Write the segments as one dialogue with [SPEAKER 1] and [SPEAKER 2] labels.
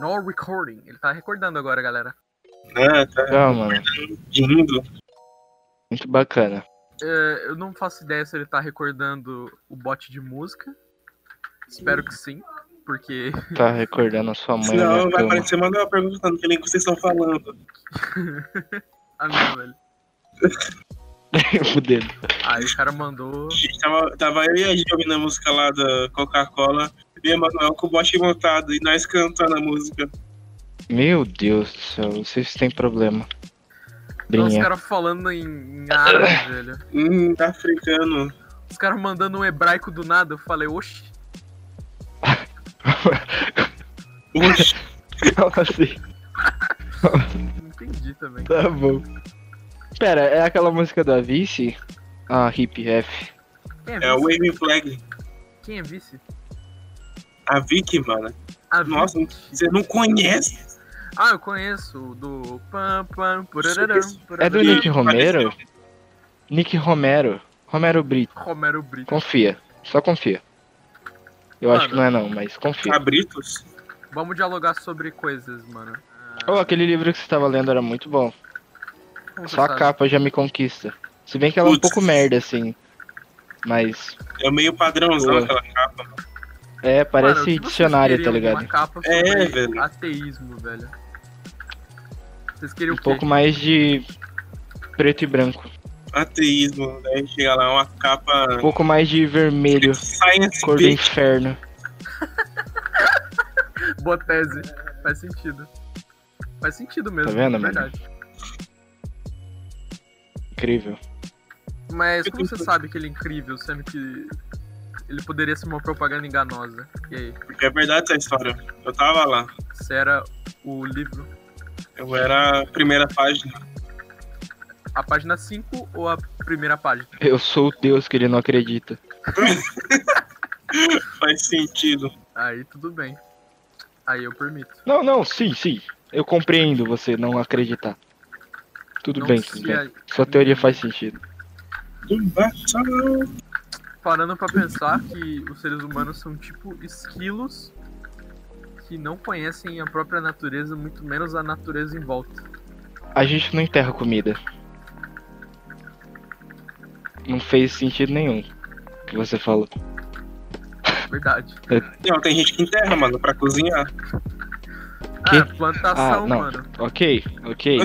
[SPEAKER 1] No recording. Ele tá recordando agora, galera.
[SPEAKER 2] É, tá
[SPEAKER 3] Legal, Ah, mano.
[SPEAKER 2] indo.
[SPEAKER 3] Muito bacana.
[SPEAKER 1] É, eu não faço ideia se ele tá recordando o bot de música. Espero que sim, porque
[SPEAKER 3] Tá recordando a sua mãe né, na
[SPEAKER 2] Senão
[SPEAKER 3] minha
[SPEAKER 2] vai
[SPEAKER 3] cama.
[SPEAKER 2] aparecer uma nova perguntando que língua vocês estão falando.
[SPEAKER 1] ah não, velho.
[SPEAKER 3] O dedo.
[SPEAKER 1] Aí o cara mandou.
[SPEAKER 2] A gente Tava, tava eu e a Gil na música lá da Coca-Cola. E Emanuel com o bote montado e nós cantando a música.
[SPEAKER 3] Meu Deus do céu, vocês têm problema.
[SPEAKER 1] Não, os
[SPEAKER 3] Brinha.
[SPEAKER 1] caras falando em, em árabe, velho.
[SPEAKER 2] Hum, tá africano.
[SPEAKER 1] Os caras mandando um hebraico do nada. Eu falei, oxi.
[SPEAKER 2] Oxi,
[SPEAKER 3] Como assim?
[SPEAKER 1] Não entendi também.
[SPEAKER 3] Tá bom. Pera, é aquela música da Vice? Ah, Hip F.
[SPEAKER 1] Quem é
[SPEAKER 2] é o
[SPEAKER 1] vice?
[SPEAKER 2] Waving Flag.
[SPEAKER 1] Quem é vice?
[SPEAKER 2] A Vicky, mano.
[SPEAKER 1] A
[SPEAKER 2] Nossa,
[SPEAKER 1] vice.
[SPEAKER 2] Você não conhece?
[SPEAKER 1] Ah, eu conheço. o Do. Pam, pam, purararam,
[SPEAKER 2] Isso,
[SPEAKER 3] É do
[SPEAKER 1] purararam.
[SPEAKER 3] Nick Romero? Nick Romero. Romero Brito.
[SPEAKER 1] Romero Brito.
[SPEAKER 3] Confia. Só confia. Eu acho que não é não, mas confia.
[SPEAKER 2] Cabritos?
[SPEAKER 1] Vamos dialogar sobre coisas, mano. Ah,
[SPEAKER 2] Ah.
[SPEAKER 3] Oh, aquele livro que você tava lendo era muito bom.
[SPEAKER 1] Como você
[SPEAKER 3] Só a
[SPEAKER 1] sabe?
[SPEAKER 3] capa já me conquista. Se bem que ela é um
[SPEAKER 2] Putz.
[SPEAKER 3] pouco merda, assim. Mas.
[SPEAKER 2] É meio padrãozão
[SPEAKER 3] Boa.
[SPEAKER 2] aquela capa. mano.
[SPEAKER 3] É,
[SPEAKER 1] Mano, o que
[SPEAKER 3] parece
[SPEAKER 1] vocês
[SPEAKER 3] dicionário, tá
[SPEAKER 1] queriam de
[SPEAKER 3] ligado?
[SPEAKER 1] Uma capa sobre
[SPEAKER 2] É, velho.
[SPEAKER 1] ateísmo, velho. Vocês queriam
[SPEAKER 3] Um
[SPEAKER 1] o quê?
[SPEAKER 3] pouco mais de preto e branco.
[SPEAKER 2] Ateísmo. Daí chega lá uma capa.
[SPEAKER 3] Um pouco mais de vermelho,
[SPEAKER 2] Science
[SPEAKER 3] cor do
[SPEAKER 2] Bitch.
[SPEAKER 3] inferno.
[SPEAKER 1] Boa tese. Faz sentido. Faz sentido mesmo.
[SPEAKER 3] Tá vendo,
[SPEAKER 1] é
[SPEAKER 3] mano?
[SPEAKER 1] verdade.
[SPEAKER 3] Incrível.
[SPEAKER 1] Mas como você sabe que ele é incrível, sendo que ele poderia ser uma propaganda enganosa? E aí?
[SPEAKER 2] Porque é verdade essa história. Eu tava lá.
[SPEAKER 1] Se era o livro,
[SPEAKER 2] Eu era a primeira página.
[SPEAKER 1] a página 5 ou a primeira página?
[SPEAKER 3] Eu sou o Deus que ele não acredita.
[SPEAKER 2] Faz sentido.
[SPEAKER 1] Aí tudo bem. Aí eu permito.
[SPEAKER 3] Não, não, sim, sim. Eu compreendo você não acreditar. Tudo
[SPEAKER 1] Não é,
[SPEAKER 3] bem,
[SPEAKER 1] se
[SPEAKER 3] tudo bem.
[SPEAKER 1] a-
[SPEAKER 3] Sua teoria faz sentido.
[SPEAKER 1] Parando pra pensar que os seres humanos são tipo esquilos que não conhecem a própria natureza, muito menos a natureza em volta.
[SPEAKER 3] A gente não enterra comida. Não fez sentido nenhum o que você falou.
[SPEAKER 1] Verdade.
[SPEAKER 2] Não, tem gente que enterra, mano, pra cozinhar.
[SPEAKER 3] Quê?
[SPEAKER 1] Ah, plantação,
[SPEAKER 3] Ah, não.
[SPEAKER 1] mano.
[SPEAKER 3] Ok, ok.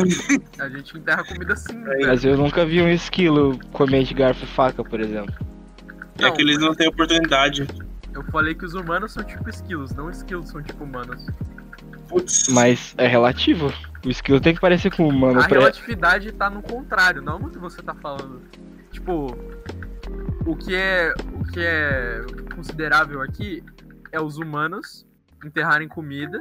[SPEAKER 1] A gente enterra comida assim,
[SPEAKER 2] É
[SPEAKER 1] velho.
[SPEAKER 3] Mas eu nunca vi um esquilo comer de garfo e faca, por exemplo.
[SPEAKER 2] É
[SPEAKER 1] Não.
[SPEAKER 2] que eles não têm oportunidade.
[SPEAKER 1] então. Eu falei que os humanos são tipo esquilos, não esquilos são tipo humanos.
[SPEAKER 2] Putz,
[SPEAKER 3] Mas é relativo. O esquilo tem que parecer com o humano
[SPEAKER 1] A
[SPEAKER 3] pra,
[SPEAKER 1] relatividade tá no contrário, não no que você tá falando. Tipo, o que é, o que é considerável aqui é os humanos enterrarem comida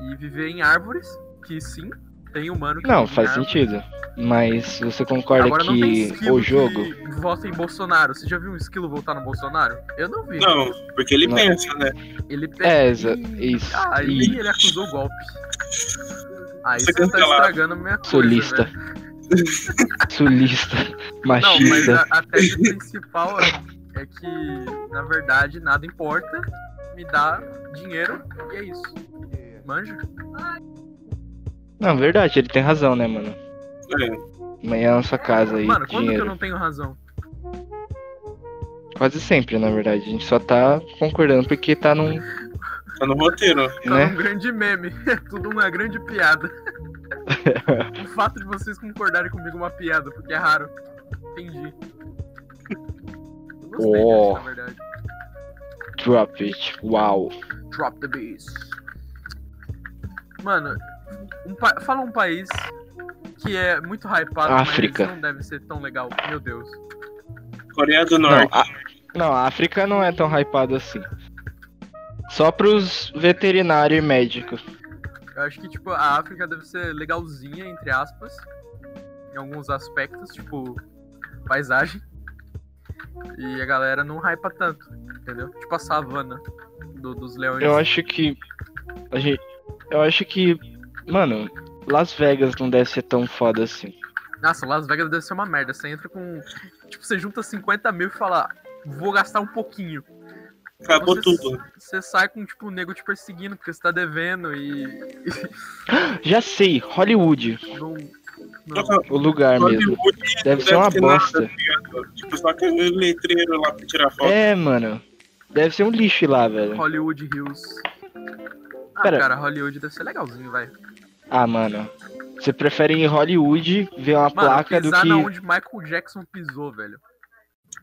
[SPEAKER 1] e viver em árvores, que sim, tem humano que
[SPEAKER 3] Não,
[SPEAKER 1] vive em
[SPEAKER 3] faz
[SPEAKER 1] árvore.
[SPEAKER 3] sentido. Mas você concorda
[SPEAKER 1] Agora não tem
[SPEAKER 3] que
[SPEAKER 1] esquilo
[SPEAKER 3] o jogo.
[SPEAKER 1] que vota em Bolsonaro. Você já viu um esquilo votar no Bolsonaro? Eu não vi.
[SPEAKER 2] não, porque ele
[SPEAKER 3] Não.
[SPEAKER 2] pensa, né?
[SPEAKER 1] Ele pe-
[SPEAKER 3] É, exa-
[SPEAKER 1] Ih,
[SPEAKER 3] isso.
[SPEAKER 1] Aí
[SPEAKER 3] Ih.
[SPEAKER 1] ele acusou o golpe. Aí
[SPEAKER 2] Você
[SPEAKER 1] você tá
[SPEAKER 2] cancelado.
[SPEAKER 1] estragando a minha coisa.
[SPEAKER 3] Solista.
[SPEAKER 1] velho.
[SPEAKER 3] Sulista.
[SPEAKER 1] Não, mas é-
[SPEAKER 3] Machista.
[SPEAKER 1] a, a tese principal é, é que, na verdade, nada importa. Me dá dinheiro e é isso. Manja?
[SPEAKER 3] Não, verdade, ele tem razão, né, mano?
[SPEAKER 2] É.
[SPEAKER 3] Amanhã na sua casa aí,
[SPEAKER 1] Mano, quando que eu
[SPEAKER 3] dinheiro.
[SPEAKER 1] não tenho razão?
[SPEAKER 3] Quase sempre, na verdade. A gente só tá concordando porque tá num.
[SPEAKER 2] Tá no roteiro.
[SPEAKER 1] Tá
[SPEAKER 3] né?
[SPEAKER 1] um grande meme. É tudo uma grande piada. o fato de vocês concordarem comigo é uma piada, porque é raro. Entendi. Eu Gostei
[SPEAKER 3] Oh.
[SPEAKER 1] disso, na verdade.
[SPEAKER 3] Drop it. Uau.
[SPEAKER 1] Drop the bass. Mano, um pa- fala um país que é muito hypado,
[SPEAKER 3] África.
[SPEAKER 1] mas não deve ser tão legal. Meu Deus.
[SPEAKER 2] Coreia do
[SPEAKER 3] Não
[SPEAKER 2] Norte.
[SPEAKER 3] a... não, a África não é tão hypada assim. Só pros veterinário e médico.
[SPEAKER 1] Eu acho que, tipo, a África deve ser legalzinha, entre aspas, em alguns aspectos, tipo, paisagem. E a galera não hypa tanto, entendeu? Tipo a savana do- dos leões.
[SPEAKER 3] Eu acho que. A gente, eu acho que. Mano, Las Vegas não deve ser tão foda assim.
[SPEAKER 1] Nossa, Las Vegas deve ser uma merda. Você entra com. Tipo, você junta 50 mil e fala, vou gastar um pouquinho.
[SPEAKER 2] Acabou
[SPEAKER 1] Você-
[SPEAKER 2] tudo.
[SPEAKER 1] Você sai com, tipo, o nego te perseguindo porque você tá devendo e.
[SPEAKER 3] Já sei, Hollywood,
[SPEAKER 1] Não. não.
[SPEAKER 2] Nossa,
[SPEAKER 3] o lugar mesmo.
[SPEAKER 2] Hollywood
[SPEAKER 3] Deve ser uma
[SPEAKER 2] ter nada,
[SPEAKER 3] bosta.
[SPEAKER 2] tá ligado? Tipo, só aquele letreiro lá pra tirar foto.
[SPEAKER 3] É, mano. Deve ser um lixo lá, velho.
[SPEAKER 1] Hollywood Hills. Ah,
[SPEAKER 3] Pera.
[SPEAKER 1] cara, Hollywood deve ser legalzinho, vai.
[SPEAKER 3] Ah, mano. Você prefere ir em Hollywood ver uma
[SPEAKER 1] Mano,
[SPEAKER 3] placa do
[SPEAKER 1] pisar na
[SPEAKER 3] que.
[SPEAKER 1] onde Michael Jackson pisou, velho.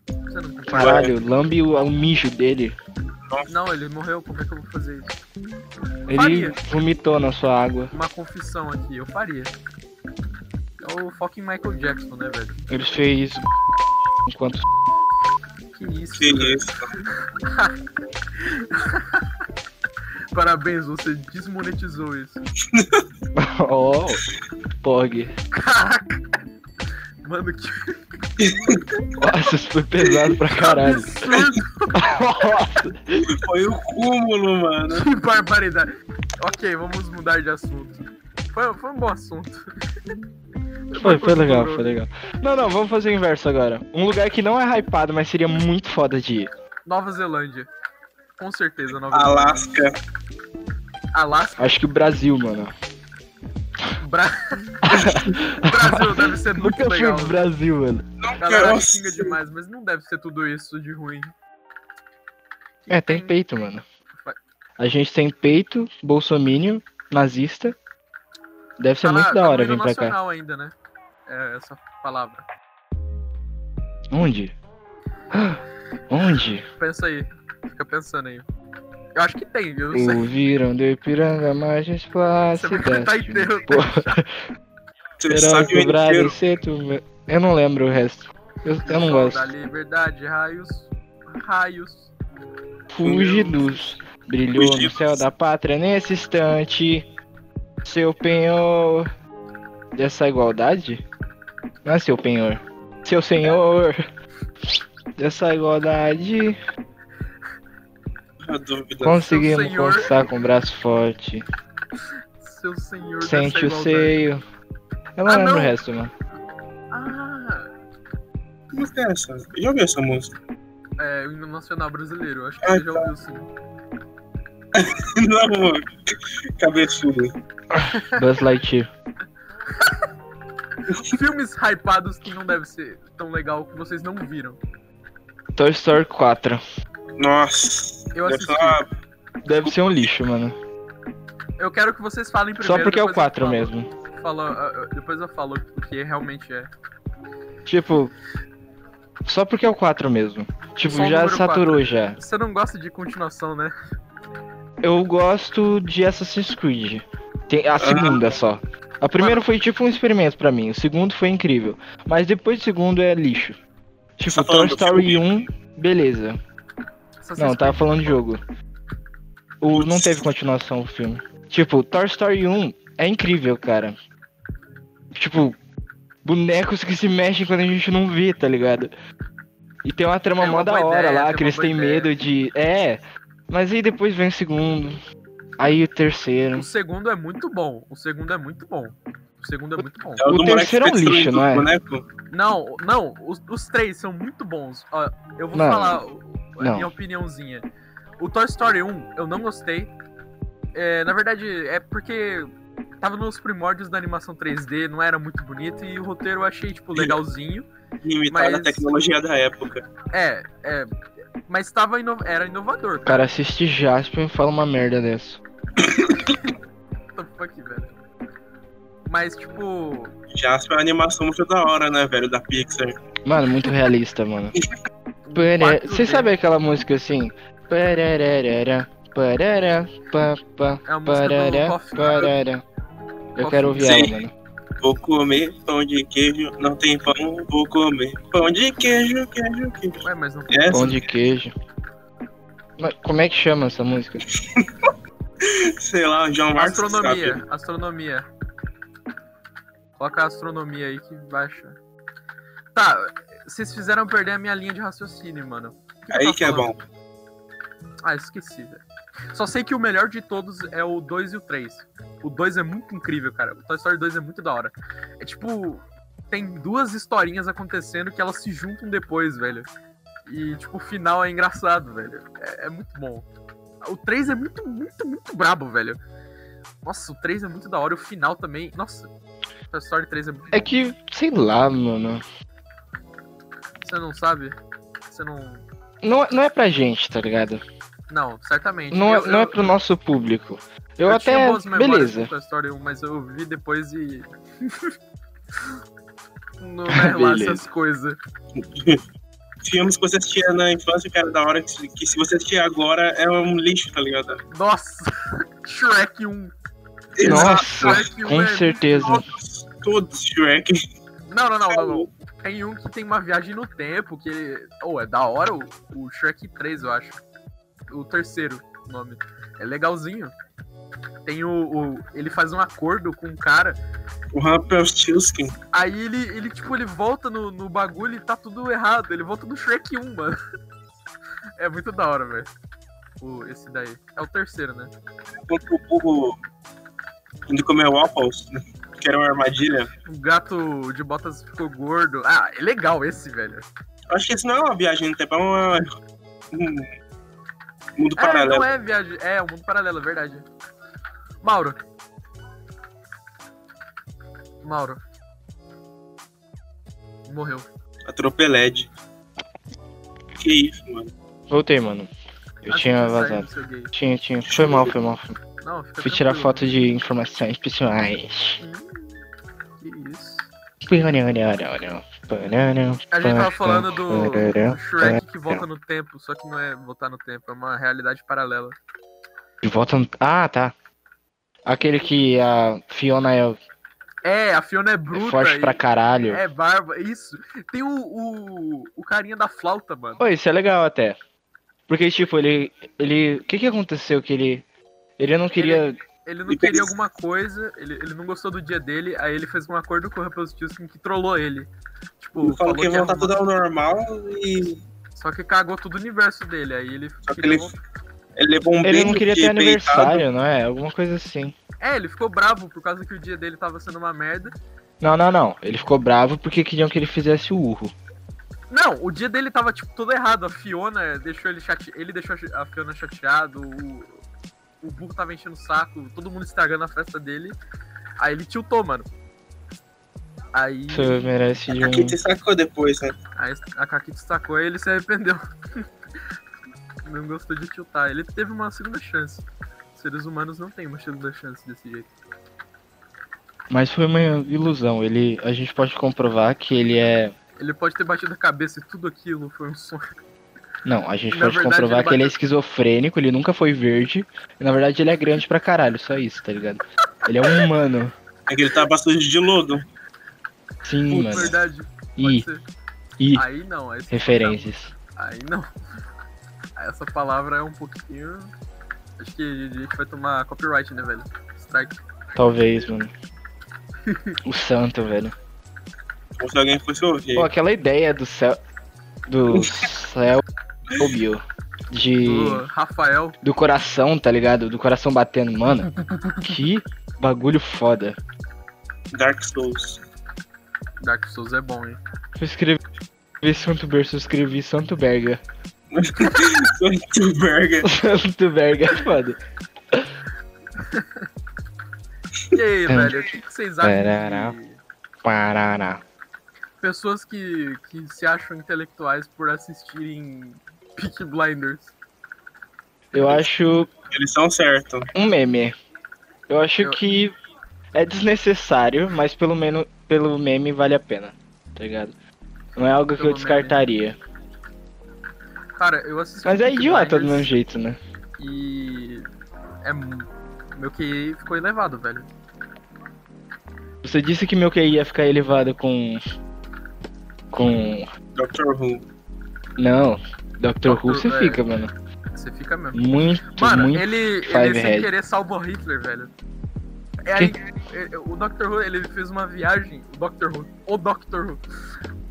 [SPEAKER 1] Você não tem
[SPEAKER 3] Caralho, lambe o, o mijo dele.
[SPEAKER 1] Não, ele morreu, como é que eu vou fazer isso?
[SPEAKER 3] Ele
[SPEAKER 1] Faria.
[SPEAKER 3] vomitou na sua água.
[SPEAKER 1] Uma confissão aqui, eu faria. É o fucking Michael Jackson, né, velho?
[SPEAKER 3] Ele fez. Enquanto.
[SPEAKER 1] Que
[SPEAKER 3] É.
[SPEAKER 1] isso,
[SPEAKER 2] Que
[SPEAKER 1] velho.
[SPEAKER 2] isso.
[SPEAKER 1] Parabéns, você desmonetizou isso.
[SPEAKER 3] Ó, Pog.
[SPEAKER 1] Caraca! Mano, que
[SPEAKER 3] Nossa, isso foi pesado pra caralho.
[SPEAKER 1] absurdo,
[SPEAKER 3] Nossa.
[SPEAKER 2] Foi o cúmulo, mano.
[SPEAKER 1] que barbaridade. Ok, vamos mudar de assunto. Foi, foi um bom assunto.
[SPEAKER 3] Foi, foi legal, foi legal. Não, não, vamos fazer o inverso agora. Um lugar que não é hypado, mas seria muito foda de ir.
[SPEAKER 1] Nova Zelândia. Com certeza, Nova Zelândia.
[SPEAKER 2] Alasca.
[SPEAKER 1] Alasca.
[SPEAKER 3] Acho que o Brasil, mano.
[SPEAKER 1] Bra... Brasil deve ser É muito
[SPEAKER 3] Nunca fui
[SPEAKER 1] legal. né?
[SPEAKER 3] pro Brasil, mano.
[SPEAKER 2] Não, cara,
[SPEAKER 1] Galera
[SPEAKER 2] nossa.
[SPEAKER 1] xinga demais, mas não deve ser tudo isso de ruim.
[SPEAKER 3] É, tem peito, mano. A gente tem peito, bolsomínio, nazista. Deve ser
[SPEAKER 1] Tá na-
[SPEAKER 3] é muito
[SPEAKER 1] tá
[SPEAKER 3] da
[SPEAKER 1] no
[SPEAKER 3] hora
[SPEAKER 1] hino
[SPEAKER 3] vir pra cá.
[SPEAKER 1] nacional ainda, né? É, essa palavra.
[SPEAKER 3] Onde? Ah, Onde?
[SPEAKER 1] Pensa aí. Fica pensando aí. Eu acho que tem, viu? Não sei.
[SPEAKER 3] Ouviram de Ipiranga, Margens
[SPEAKER 1] Você vai cantar
[SPEAKER 3] Plácidas.
[SPEAKER 1] inteiro.
[SPEAKER 3] Pô,
[SPEAKER 2] Você
[SPEAKER 3] Verão,
[SPEAKER 2] sabe o
[SPEAKER 3] Sobrado,
[SPEAKER 2] inteiro.
[SPEAKER 3] Seto... Eu não lembro o resto. Eu, eu não
[SPEAKER 1] Sol
[SPEAKER 3] gosto.
[SPEAKER 1] Da liberdade, raios. Raios.
[SPEAKER 3] Fugidos. Brilhou no
[SPEAKER 2] Fugidos.
[SPEAKER 3] céu da pátria nesse instante. Seu penhor. Dessa igualdade? Não é seu penhor. Seu senhor. Dessa igualdade.
[SPEAKER 2] A dúvida.
[SPEAKER 3] Conseguimos
[SPEAKER 1] senhor.
[SPEAKER 3] conquistar com o braço forte.
[SPEAKER 1] Seu senhor dessa
[SPEAKER 3] Sente o
[SPEAKER 1] igualdade.
[SPEAKER 3] seio. Eu não
[SPEAKER 1] Ah,
[SPEAKER 3] lembro
[SPEAKER 1] não.
[SPEAKER 3] o resto, mano.
[SPEAKER 1] Ah,
[SPEAKER 2] Que música é essa? Eu já ouvi essa música.
[SPEAKER 1] é o hino nacional brasileiro. eu Acho que
[SPEAKER 2] Ah,
[SPEAKER 1] você já ouviu sim.
[SPEAKER 2] Não, mano. Cabeçudo.
[SPEAKER 3] Buzz Lightyear.
[SPEAKER 1] Filmes hypados que não deve ser tão legal que vocês não viram.
[SPEAKER 3] Toy Story 4.
[SPEAKER 2] Nossa.
[SPEAKER 1] Eu
[SPEAKER 2] Deve ser
[SPEAKER 1] assisti.
[SPEAKER 2] uma-
[SPEAKER 3] Deve ser um lixo, mano.
[SPEAKER 1] Eu quero que vocês falem primeiro.
[SPEAKER 3] Só porque é o
[SPEAKER 1] depois eu
[SPEAKER 3] 4
[SPEAKER 1] falo-
[SPEAKER 3] mesmo.
[SPEAKER 1] falo- ah, ah, depois eu falo o que realmente é.
[SPEAKER 3] Tipo. Só porque é o 4 mesmo. Tipo,
[SPEAKER 1] Só o
[SPEAKER 3] já
[SPEAKER 1] número
[SPEAKER 3] saturou
[SPEAKER 1] 4.
[SPEAKER 3] já.
[SPEAKER 1] Você não gosta de continuação, né?
[SPEAKER 3] Eu gosto de Assassin's Creed. Tem a
[SPEAKER 1] Ah.
[SPEAKER 3] segunda só. A primeira foi tipo um experimento pra mim, o segundo foi incrível. Mas depois do segundo é lixo. Tipo,
[SPEAKER 2] Tá
[SPEAKER 3] Toy
[SPEAKER 2] falando do
[SPEAKER 3] Story
[SPEAKER 2] filme?
[SPEAKER 3] 1, beleza.
[SPEAKER 1] Assassin's
[SPEAKER 3] Não, tá eu tava
[SPEAKER 1] Creed.
[SPEAKER 3] falando de jogo. O, não
[SPEAKER 2] Putz.
[SPEAKER 3] teve continuação o filme. Tipo, Toy Story 1 é incrível, cara. Tipo, bonecos que se mexem quando a gente não vê, tá ligado? E tem uma trama
[SPEAKER 1] É uma
[SPEAKER 3] mó da
[SPEAKER 1] boa
[SPEAKER 3] hora
[SPEAKER 1] ideia,
[SPEAKER 3] lá,
[SPEAKER 1] tem
[SPEAKER 3] que
[SPEAKER 1] uma
[SPEAKER 3] eles
[SPEAKER 1] boa
[SPEAKER 3] têm
[SPEAKER 1] ideia.
[SPEAKER 3] medo de. É, mas aí depois vem o segundo. Aí o terceiro.
[SPEAKER 1] O segundo é muito bom. O segundo é muito bom. O segundo é muito bom.
[SPEAKER 2] É
[SPEAKER 3] O
[SPEAKER 2] do moleque né,
[SPEAKER 3] terceiro é um
[SPEAKER 2] que destruiu
[SPEAKER 3] lixo, não
[SPEAKER 2] o
[SPEAKER 3] é?
[SPEAKER 2] boneco.
[SPEAKER 1] Não, não, os, os três são muito bons. Ó, eu vou
[SPEAKER 3] Não.
[SPEAKER 1] falar o- a
[SPEAKER 3] Não.
[SPEAKER 1] minha opiniãozinha. O Toy Story 1, eu não gostei. É, na verdade, é porque tava nos primórdios da animação 3D, não era muito bonito, e o roteiro eu achei, tipo, legalzinho.
[SPEAKER 2] Limitado à
[SPEAKER 1] Mas-
[SPEAKER 2] tecnologia da época.
[SPEAKER 1] É, é. Mas tava ino- era inovador.
[SPEAKER 3] Cara, assiste Jasper e fala uma merda dessa.
[SPEAKER 1] What the fuck, velho? Mas, tipo,
[SPEAKER 2] Jasper é uma animação muito da hora, né, velho? Da Pixar.
[SPEAKER 3] Mano, muito realista, mano. Peré-
[SPEAKER 1] 4D.
[SPEAKER 3] Você sabe aquela música assim? Parararara, parará, pá, pá,
[SPEAKER 1] É a música do
[SPEAKER 3] parará,
[SPEAKER 1] Coffee.
[SPEAKER 3] parará. Eu quero ouvir
[SPEAKER 2] Sim.
[SPEAKER 3] ela, mano.
[SPEAKER 2] Vou comer pão de queijo, não tem pão, vou comer pão de queijo, queijo, queijo. É assim
[SPEAKER 1] Ué, é, mas não
[SPEAKER 2] Essa,
[SPEAKER 3] Pão de queijo. Mas como é que chama essa música?
[SPEAKER 2] sei lá, João Marcos sabe. né?
[SPEAKER 1] Astronomia, astronomia. Coloca a astronomia aí que baixa. Tá, vocês fizeram perder a minha linha de raciocínio, mano. O eu
[SPEAKER 2] Aí
[SPEAKER 1] tava
[SPEAKER 2] que é
[SPEAKER 1] tá falando?
[SPEAKER 2] bom.
[SPEAKER 1] Ah, esqueci, velho. Só sei que o melhor de todos é o 2 e o 3. O 2 é muito incrível, cara. O Toy Story 2 é muito da hora. É tipo, tem duas historinhas acontecendo que elas se juntam depois, velho. E, tipo, o final é engraçado, velho. É, é muito bom. O 3 é muito, muito, muito brabo, velho. Nossa, o 3 é muito da hora. E o final também. Nossa, Toy Story 3 é muito
[SPEAKER 3] É que, sei lá, mano.
[SPEAKER 1] Você não sabe? Você não.
[SPEAKER 3] Não, não é pra gente, tá ligado?
[SPEAKER 1] Não, certamente.
[SPEAKER 3] Não, é-
[SPEAKER 1] Eu-
[SPEAKER 3] não é
[SPEAKER 1] eu-
[SPEAKER 3] pro nosso público. Eu,
[SPEAKER 1] tinha
[SPEAKER 3] até.
[SPEAKER 1] boas memórias
[SPEAKER 3] Beleza.
[SPEAKER 1] do Toy Story 1, mas eu vi depois e. não é lá
[SPEAKER 3] Beleza.
[SPEAKER 1] essas coisas.
[SPEAKER 2] Filmes que você assistia na infância, cara, da hora, que, que se você assistir agora é um lixo, tá ligado?
[SPEAKER 1] Nossa! Shrek 1.
[SPEAKER 3] Nossa,
[SPEAKER 1] Shrek 1
[SPEAKER 3] com
[SPEAKER 1] é
[SPEAKER 3] certeza.
[SPEAKER 2] Todos, todos, Shrek.
[SPEAKER 1] Não, não, não, não, não. Tem um que tem uma viagem no tempo, que. Oh, é da hora o, o Shrek 3, eu acho. O terceiro nome. É legalzinho. Tem o, o- Ele faz um acordo com um cara.
[SPEAKER 2] O Rumpelstiltskin.
[SPEAKER 1] Aí ele, ele tipo, ele volta no, no bagulho e tá tudo errado. Ele volta no Shrek 1, mano. É muito da hora, velho. O- Esse daí. É o terceiro, né?
[SPEAKER 2] Enquanto o burro indo comer waffles, né, que era uma armadilha.
[SPEAKER 1] O gato de botas ficou gordo. Ah, é legal esse, velho.
[SPEAKER 2] Eu acho que isso não é uma viagem no tempo, é uma... um mundo
[SPEAKER 1] É,
[SPEAKER 2] paralelo.
[SPEAKER 1] não é viagem. É, o mundo paralelo, é verdade. Mauro. Mauro. Morreu.
[SPEAKER 2] Atropeled. Que é isso, mano.
[SPEAKER 3] Voltei, mano. Eu
[SPEAKER 1] Acho
[SPEAKER 3] tinha
[SPEAKER 1] que saiu
[SPEAKER 3] vazado.
[SPEAKER 1] do seu gay.
[SPEAKER 3] Tinha, tinha. Foi mal, foi mal. Foi... mal.
[SPEAKER 1] Não, fica
[SPEAKER 3] Fui tirar
[SPEAKER 1] tranquilo. Hum,
[SPEAKER 3] foto de informações pessoais.
[SPEAKER 1] Que isso. A
[SPEAKER 3] A
[SPEAKER 1] gente tava falando
[SPEAKER 3] é,
[SPEAKER 1] do, do Shrek que volta no tempo, só que não é voltar no tempo, é uma realidade paralela.
[SPEAKER 3] De volta no... Ah, tá. Aquele que a Fiona é
[SPEAKER 1] É, a Fiona é bruta.
[SPEAKER 3] forte
[SPEAKER 1] e-
[SPEAKER 3] pra caralho.
[SPEAKER 1] É barba, isso. Tem o, o, o carinha da flauta, mano.
[SPEAKER 3] Pô, isso é legal até. Porque, tipo, ele... ele... O que que aconteceu que ele... Ele não queria...
[SPEAKER 1] Ele não
[SPEAKER 2] E
[SPEAKER 1] queria
[SPEAKER 2] eles-
[SPEAKER 1] alguma coisa, ele, ele não gostou do dia dele, aí ele fez um acordo com o Rumpelstiltskin que trollou ele. Tipo,
[SPEAKER 2] Ele falou que ia
[SPEAKER 1] ia
[SPEAKER 2] voltar
[SPEAKER 1] arrumar-
[SPEAKER 2] tudo ao normal e
[SPEAKER 1] Só que cagou todo o universo dele, aí ele...
[SPEAKER 2] Só que
[SPEAKER 1] queria
[SPEAKER 2] ele-
[SPEAKER 1] voltar.
[SPEAKER 2] ele levou um
[SPEAKER 3] Ele
[SPEAKER 2] beijo
[SPEAKER 3] não queria
[SPEAKER 2] de
[SPEAKER 3] ter
[SPEAKER 2] peitado.
[SPEAKER 3] aniversário, não é? Alguma coisa assim.
[SPEAKER 1] É, ele ficou bravo por causa que o dia dele tava sendo uma merda.
[SPEAKER 3] Não, não, não. Ele ficou bravo porque queriam que ele fizesse o urro.
[SPEAKER 1] Não, o dia dele tava, tipo, todo errado. A Fiona deixou ele chateado, ele deixou a Fiona chateado, o, o burro tava enchendo o saco, todo mundo estragando a festa dele. Aí ele tiltou, mano. Aí...
[SPEAKER 3] Isso merece de um...
[SPEAKER 2] Aqui você sacou depois, né?
[SPEAKER 1] Aí a Kakito sacou e ele se arrependeu. não gostou de tiltar. Ele teve uma segunda chance. Os seres humanos não têm uma segunda chance desse jeito.
[SPEAKER 3] Mas foi uma ilusão. Ele, a gente pode comprovar que ele é.
[SPEAKER 1] Ele pode ter batido a cabeça e tudo aquilo foi um sonho.
[SPEAKER 3] Não, a gente
[SPEAKER 1] Na
[SPEAKER 3] pode
[SPEAKER 1] verdade,
[SPEAKER 3] comprovar
[SPEAKER 1] ele
[SPEAKER 3] que ele é
[SPEAKER 1] bateu-
[SPEAKER 3] esquizofrênico. Ele nunca foi verde. E, na verdade, ele é grande pra caralho. Só isso, tá ligado? Ele é um humano.
[SPEAKER 2] É que ele tava sujo de lodo.
[SPEAKER 1] Putz,
[SPEAKER 3] Sim, mano.
[SPEAKER 1] verdade. Pode
[SPEAKER 3] E,
[SPEAKER 1] ser.
[SPEAKER 3] e
[SPEAKER 1] Aí não. Aí você-
[SPEAKER 3] referências.
[SPEAKER 1] Aí não. Essa palavra é um pouquinho. Acho que a gente vai tomar copyright, né, velho? Strike.
[SPEAKER 3] Talvez, mano. O santo, velho.
[SPEAKER 2] Como se alguém fosse ouvir.
[SPEAKER 3] Pô, aquela ideia do céu. Do céu. Obio. De.
[SPEAKER 1] Do Rafael.
[SPEAKER 3] do coração, tá ligado? Do coração batendo, mano. Que bagulho foda.
[SPEAKER 2] Dark Souls.
[SPEAKER 1] Dark Souls é bom, hein?
[SPEAKER 3] Eu escrevi Santo Berço, eu escrevi Santo Berga.
[SPEAKER 2] Santo Burger.
[SPEAKER 3] Santo Berga é foda.
[SPEAKER 1] E aí,
[SPEAKER 3] Hum.
[SPEAKER 1] velho? O que que vocês acham?
[SPEAKER 3] Tarará.
[SPEAKER 1] De...
[SPEAKER 3] Parará.
[SPEAKER 1] pessoas que, que se acham intelectuais por assistirem Peak Blinders.
[SPEAKER 3] Eu acho
[SPEAKER 2] Eles são certos.
[SPEAKER 3] um meme. Eu acho
[SPEAKER 1] Eu-
[SPEAKER 3] que é desnecessário, mas pelo menos pelo meme vale a pena, tá ligado? Não é algo que
[SPEAKER 1] Pelo
[SPEAKER 3] eu descartaria.
[SPEAKER 1] Cara, eu assisti.
[SPEAKER 3] Mas é
[SPEAKER 1] Peaky
[SPEAKER 3] idiota do mesmo
[SPEAKER 1] Blinders
[SPEAKER 3] jeito, né?
[SPEAKER 1] E. É. mu- Meu QI ficou elevado, velho.
[SPEAKER 3] Você disse que meu QI ia ficar elevado com. Com.
[SPEAKER 2] Dr. Who.
[SPEAKER 3] Não. Dr. Who você
[SPEAKER 1] é.
[SPEAKER 3] fica, mano.
[SPEAKER 1] Você fica mesmo.
[SPEAKER 3] Muito,
[SPEAKER 1] Mano,
[SPEAKER 3] muito.
[SPEAKER 1] ele, ele
[SPEAKER 3] Five
[SPEAKER 1] sem
[SPEAKER 3] Head.
[SPEAKER 1] querer salvou Hitler, velho. É aí- é- o Dr. Who, ele fez uma viagem. O Dr. Who. O Dr. Who.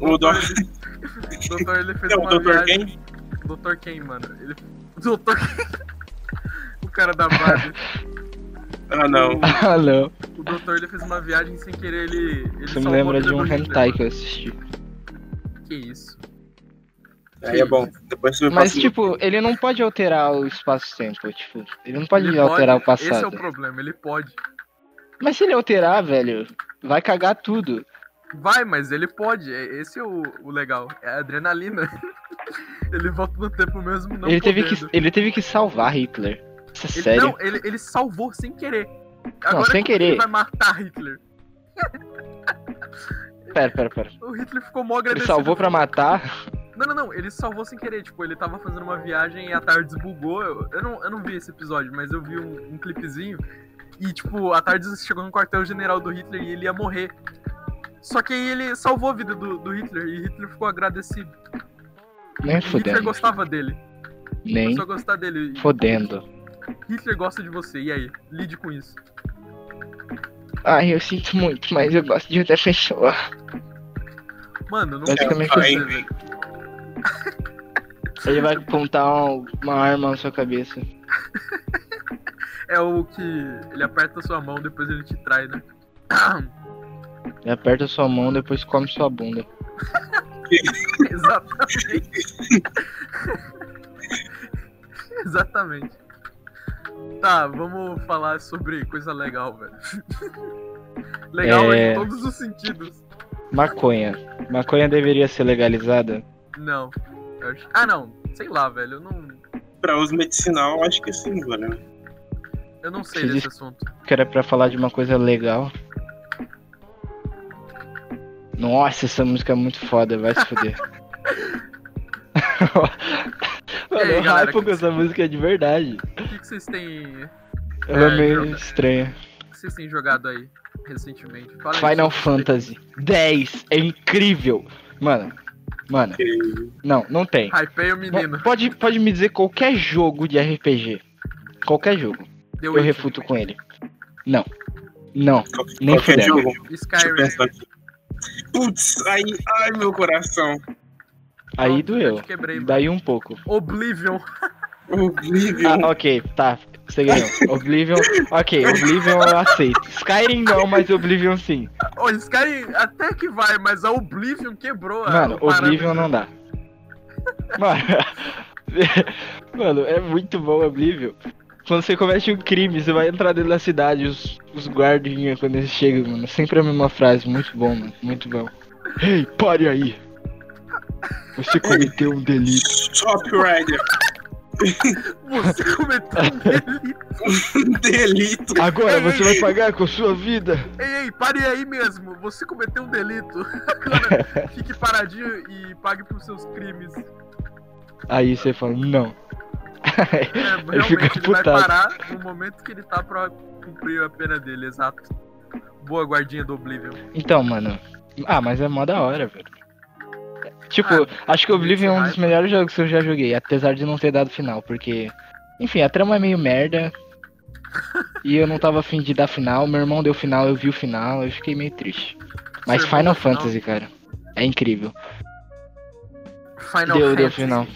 [SPEAKER 2] O Dr.
[SPEAKER 1] Ele, o Dr. ele fez
[SPEAKER 2] É o
[SPEAKER 1] uma
[SPEAKER 2] Dr.
[SPEAKER 1] viagem.
[SPEAKER 2] Quem?
[SPEAKER 1] Dr. Ken, mano. Ele, Dr. o cara da Barbie.
[SPEAKER 2] Ah, não.
[SPEAKER 3] Ah, não.
[SPEAKER 1] O doutor ele fez uma viagem sem querer, ele. ele
[SPEAKER 3] Você me
[SPEAKER 1] salvou a
[SPEAKER 3] lembra um
[SPEAKER 1] vida
[SPEAKER 3] de um
[SPEAKER 1] do Hitler,
[SPEAKER 3] hentai
[SPEAKER 1] mano.
[SPEAKER 3] que eu assisti.
[SPEAKER 1] Que isso?
[SPEAKER 2] Aí é bom. Depois você me
[SPEAKER 3] Mas,
[SPEAKER 2] passa-
[SPEAKER 3] tipo, ele não pode alterar o espaço-tempo, tipo, ele não pode
[SPEAKER 1] Ele
[SPEAKER 3] alterar o
[SPEAKER 1] Esse é
[SPEAKER 3] passado.
[SPEAKER 1] o problema, ele pode.
[SPEAKER 3] Mas se ele alterar, velho, vai cagar tudo.
[SPEAKER 1] Vai, mas ele pode. é- Esse é o, o legal. É a adrenalina. ele volta no tempo mesmo, não
[SPEAKER 3] ele, teve que,
[SPEAKER 1] podendo.
[SPEAKER 3] ele teve que salvar Hitler. Isso é
[SPEAKER 1] Ele-
[SPEAKER 3] sério.
[SPEAKER 1] Não, ele, ele salvou sem querer. Agora
[SPEAKER 3] sem
[SPEAKER 1] como que ele
[SPEAKER 3] querer.
[SPEAKER 1] vai matar Hitler.
[SPEAKER 3] Pera, pera, pera.
[SPEAKER 1] O Hitler ficou mó
[SPEAKER 3] Ele
[SPEAKER 1] agradecido.
[SPEAKER 3] salvou pra matar?
[SPEAKER 1] Não, não, não. Ele salvou sem querer. Tipo, ele tava fazendo uma viagem e a tarde desbugou. Eu, eu não, eu não vi esse episódio, mas eu vi um, um clipezinho. E, tipo, a tarde chegou no quartel-general do Hitler e ele ia morrer. Só que aí ele salvou a vida do, do Hitler e Hitler ficou agradecido.
[SPEAKER 3] Nem
[SPEAKER 1] E Hitler
[SPEAKER 3] fudendo.
[SPEAKER 1] gostava dele.
[SPEAKER 3] Nem
[SPEAKER 1] Começou a gostar dele. E
[SPEAKER 3] fodendo.
[SPEAKER 1] Hitler gosta de você. E aí? Lide com isso.
[SPEAKER 3] Ai, eu sinto muito, mas eu gosto de outra pessoa.
[SPEAKER 1] Mano, eu não
[SPEAKER 3] Acho que eu me
[SPEAKER 1] gosto de você,
[SPEAKER 2] entendi.
[SPEAKER 1] velho.
[SPEAKER 3] Ele vai apontar um- uma arma na sua cabeça.
[SPEAKER 1] É o que ele aperta sua mão, depois ele te trai, né?
[SPEAKER 3] Ele aperta sua mão, depois come sua bunda.
[SPEAKER 1] Exatamente. Exatamente. Tá, vamos falar sobre coisa legal, velho. Legal
[SPEAKER 3] É.
[SPEAKER 1] em todos os sentidos.
[SPEAKER 3] Maconha. Maconha deveria ser legalizada?
[SPEAKER 1] Não. eu acho- Ah, não. Sei lá, velho. Eu não,
[SPEAKER 2] Pra uso medicinal, eu acho que sim, né? velho.
[SPEAKER 1] eu não sei
[SPEAKER 3] Você
[SPEAKER 1] desse assunto.
[SPEAKER 3] que era pra falar de uma coisa legal. Nossa, essa música é muito foda, vai se fuder.
[SPEAKER 1] E aí,
[SPEAKER 3] Mano,
[SPEAKER 1] galera,
[SPEAKER 3] eu
[SPEAKER 1] tá?
[SPEAKER 3] hypo
[SPEAKER 1] que-
[SPEAKER 3] com essa música de verdade.
[SPEAKER 1] O que, que vocês têm. O
[SPEAKER 3] Ela
[SPEAKER 1] É,
[SPEAKER 3] é meio
[SPEAKER 1] joga-
[SPEAKER 3] estranha.
[SPEAKER 1] que vocês têm jogado aí recentemente? Fala aí
[SPEAKER 3] Final
[SPEAKER 1] sobre o que
[SPEAKER 3] Fantasy 10 é incrível. Mano, mano,
[SPEAKER 2] Porque
[SPEAKER 3] não, não tem.
[SPEAKER 1] vocês têm. Hypei o menino.
[SPEAKER 3] Não, Pode, pode me dizer qualquer jogo de RPG. Qualquer jogo.
[SPEAKER 1] The
[SPEAKER 3] Eu
[SPEAKER 1] Witcher,
[SPEAKER 3] refuto com ele. Não. Não.
[SPEAKER 2] qual-
[SPEAKER 3] Nem
[SPEAKER 2] qualquer
[SPEAKER 3] fudendo.
[SPEAKER 2] jogo. Deixa eu
[SPEAKER 1] Skyrim.
[SPEAKER 2] pensar aqui. Putz, aí, ai meu coração.
[SPEAKER 3] Aí
[SPEAKER 1] Pronto, eu
[SPEAKER 3] doeu.
[SPEAKER 1] te quebrei, mano.
[SPEAKER 3] Daí um pouco.
[SPEAKER 1] Oblivion.
[SPEAKER 2] Oblivion.
[SPEAKER 3] Ah, ok, tá. Você ganhou. Oblivion. Ok, Oblivion eu aceito. Skyrim não, mas Oblivion sim.
[SPEAKER 1] Ô, Skyrim até que vai, mas a Oblivion quebrou. ah, a-
[SPEAKER 3] Mano,
[SPEAKER 1] o parâmetro.
[SPEAKER 3] Oblivion não dá. Mano. Mano, é muito bom Oblivion. Quando você comete um crime, você vai entrar dentro da cidade, os, os guardinhas quando eles chegam, mano. é Sempre a mesma frase. Muito bom, mano. Muito bom. Ei, pare aí! Você cometeu um delito.
[SPEAKER 2] Top Rider.
[SPEAKER 1] Você cometeu um delito.
[SPEAKER 2] um Delito.
[SPEAKER 3] Agora você vai pagar com a sua vida.
[SPEAKER 1] Ei, ei, pare aí mesmo. Você cometeu um delito. Agora, fique paradinho e pague pelos seus crimes.
[SPEAKER 3] Aí você fala, não.
[SPEAKER 1] É, realmente,
[SPEAKER 3] fica
[SPEAKER 1] ele vai
[SPEAKER 3] putado.
[SPEAKER 1] parar no momento que ele tá pra cumprir a pena dele, exato. Boa guardinha do Oblivion.
[SPEAKER 3] Então, mano. Ah, mas é mó da hora, velho. Tipo, acho que o Oblivion é um dos
[SPEAKER 1] hype.
[SPEAKER 3] melhores jogos que eu já joguei, apesar de não ter dado final, porque. Enfim, a trama é meio merda. e eu não tava afim de dar final. Meu irmão deu final, eu vi o final, eu fiquei meio triste. Mas
[SPEAKER 1] Seu irmão
[SPEAKER 3] Final
[SPEAKER 1] deu final?
[SPEAKER 3] Fantasy, cara, é incrível.
[SPEAKER 1] Final
[SPEAKER 3] deu, deu
[SPEAKER 1] Fantasy.
[SPEAKER 3] final.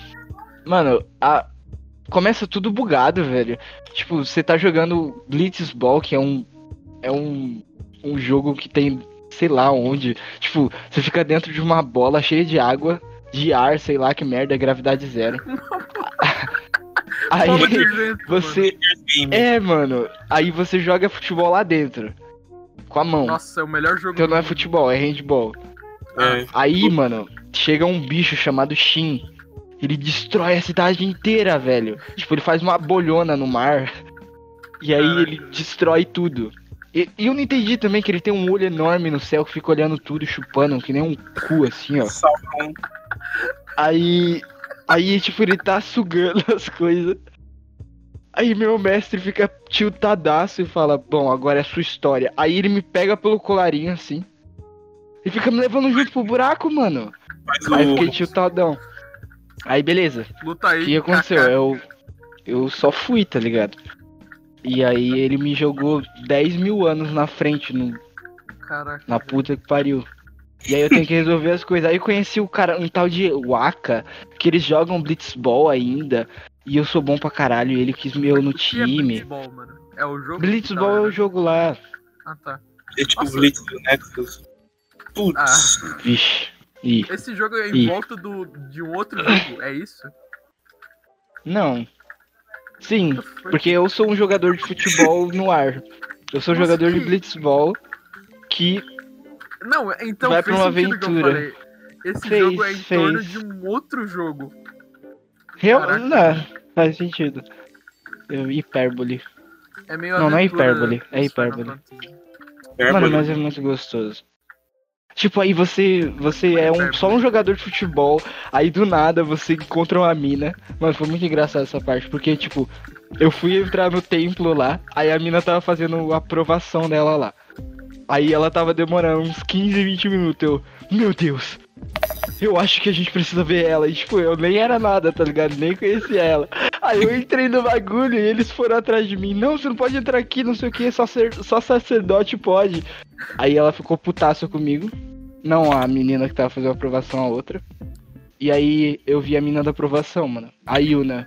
[SPEAKER 3] Mano, a- começa tudo bugado, velho. Tipo, você tá jogando Blitzball, que é um. É um. Um jogo que tem. Sei lá onde. Tipo, você fica dentro de uma bola cheia de água, de ar, sei lá que merda, é gravidade zero. Aí
[SPEAKER 1] Como de vento, mano.
[SPEAKER 3] você. É, mano. Aí você joga futebol lá dentro. Com a mão.
[SPEAKER 1] Nossa, é o melhor jogo
[SPEAKER 3] Então
[SPEAKER 1] do
[SPEAKER 3] não é futebol, é handball.
[SPEAKER 2] É.
[SPEAKER 3] Aí, mano, chega um bicho chamado Shin. Ele destrói a cidade inteira, velho. Tipo, ele faz uma bolhona no mar. E aí
[SPEAKER 1] Caraca.
[SPEAKER 3] ele destrói tudo. E, e eu não entendi também que ele tem um olho enorme no céu que fica olhando tudo, chupando, que nem um cu, assim, ó.
[SPEAKER 2] Salmão.
[SPEAKER 3] Aí. Aí, tipo, ele tá sugando as coisas. Aí meu mestre fica tiltadaço e fala: Bom, agora é sua história. Aí ele me pega pelo colarinho assim. E fica me levando junto pro buraco, mano.
[SPEAKER 2] Mas
[SPEAKER 3] Aí eu fiquei
[SPEAKER 2] o.
[SPEAKER 3] tiltadão. Aí beleza.
[SPEAKER 1] Luta aí.
[SPEAKER 3] O que aconteceu?
[SPEAKER 1] Kaká.
[SPEAKER 3] Eu, eu só fui, tá ligado? E aí ele me jogou 10 mil anos na frente, no
[SPEAKER 1] Caraca.
[SPEAKER 3] na puta que pariu. E aí eu tenho que resolver as coisas. Aí eu conheci o cara, um tal de Waka, que eles jogam Blitzball ainda. E eu sou bom pra caralho, e ele quis meu no
[SPEAKER 1] O que é
[SPEAKER 3] time.
[SPEAKER 1] Blitzball, mano? É o jogo?
[SPEAKER 3] Blitzball é o jogo lá.
[SPEAKER 1] Ah, tá.
[SPEAKER 2] É tipo
[SPEAKER 1] Nossa.
[SPEAKER 3] Ah.
[SPEAKER 2] o Blitz do Nexus. Putz.
[SPEAKER 3] Vixe. E.
[SPEAKER 1] Esse jogo é em
[SPEAKER 3] Ih.
[SPEAKER 1] volta do, de um outro jogo, é isso?
[SPEAKER 3] Não. Sim, porque eu sou um jogador de futebol no ar. Eu sou um
[SPEAKER 1] Nossa,
[SPEAKER 3] jogador de
[SPEAKER 1] que-
[SPEAKER 3] blitzball que.
[SPEAKER 1] Não, então
[SPEAKER 3] Vai
[SPEAKER 1] fez
[SPEAKER 3] pra uma
[SPEAKER 1] sentido o
[SPEAKER 3] aventura.
[SPEAKER 1] que eu falei. Esse
[SPEAKER 3] Fez,
[SPEAKER 1] jogo é em torno
[SPEAKER 3] fez.
[SPEAKER 1] de um outro jogo.
[SPEAKER 3] Real...
[SPEAKER 1] Caraca.
[SPEAKER 3] Não, faz sentido. Eu, hipérbole.
[SPEAKER 1] É meio
[SPEAKER 3] Não, não é
[SPEAKER 1] aventura
[SPEAKER 3] hipérbole, é
[SPEAKER 1] dos Final
[SPEAKER 3] hipérbole.
[SPEAKER 1] Fantasy.
[SPEAKER 2] É,
[SPEAKER 3] Mano,
[SPEAKER 2] mano.
[SPEAKER 3] mas é muito gostoso. Tipo, aí você, você é um, só um jogador de futebol, aí do nada você encontra uma mina. Mano, foi muito engraçado essa parte, porque, tipo, eu fui entrar no templo lá, aí a mina tava fazendo a aprovação dela lá. Aí ela tava demorando uns 15, 20 minutos. Eu, meu Deus, eu acho que a gente precisa ver ela. E, tipo, eu nem era nada, tá ligado? Nem conhecia ela. Aí eu entrei no bagulho e eles foram atrás de mim. Não, você não pode entrar aqui, não sei o que, só, ser- só sacerdote pode. Aí ela ficou putaça comigo. Não a menina que tava fazendo a aprovação, a outra. E aí eu vi a menina da aprovação, mano. A Yuna.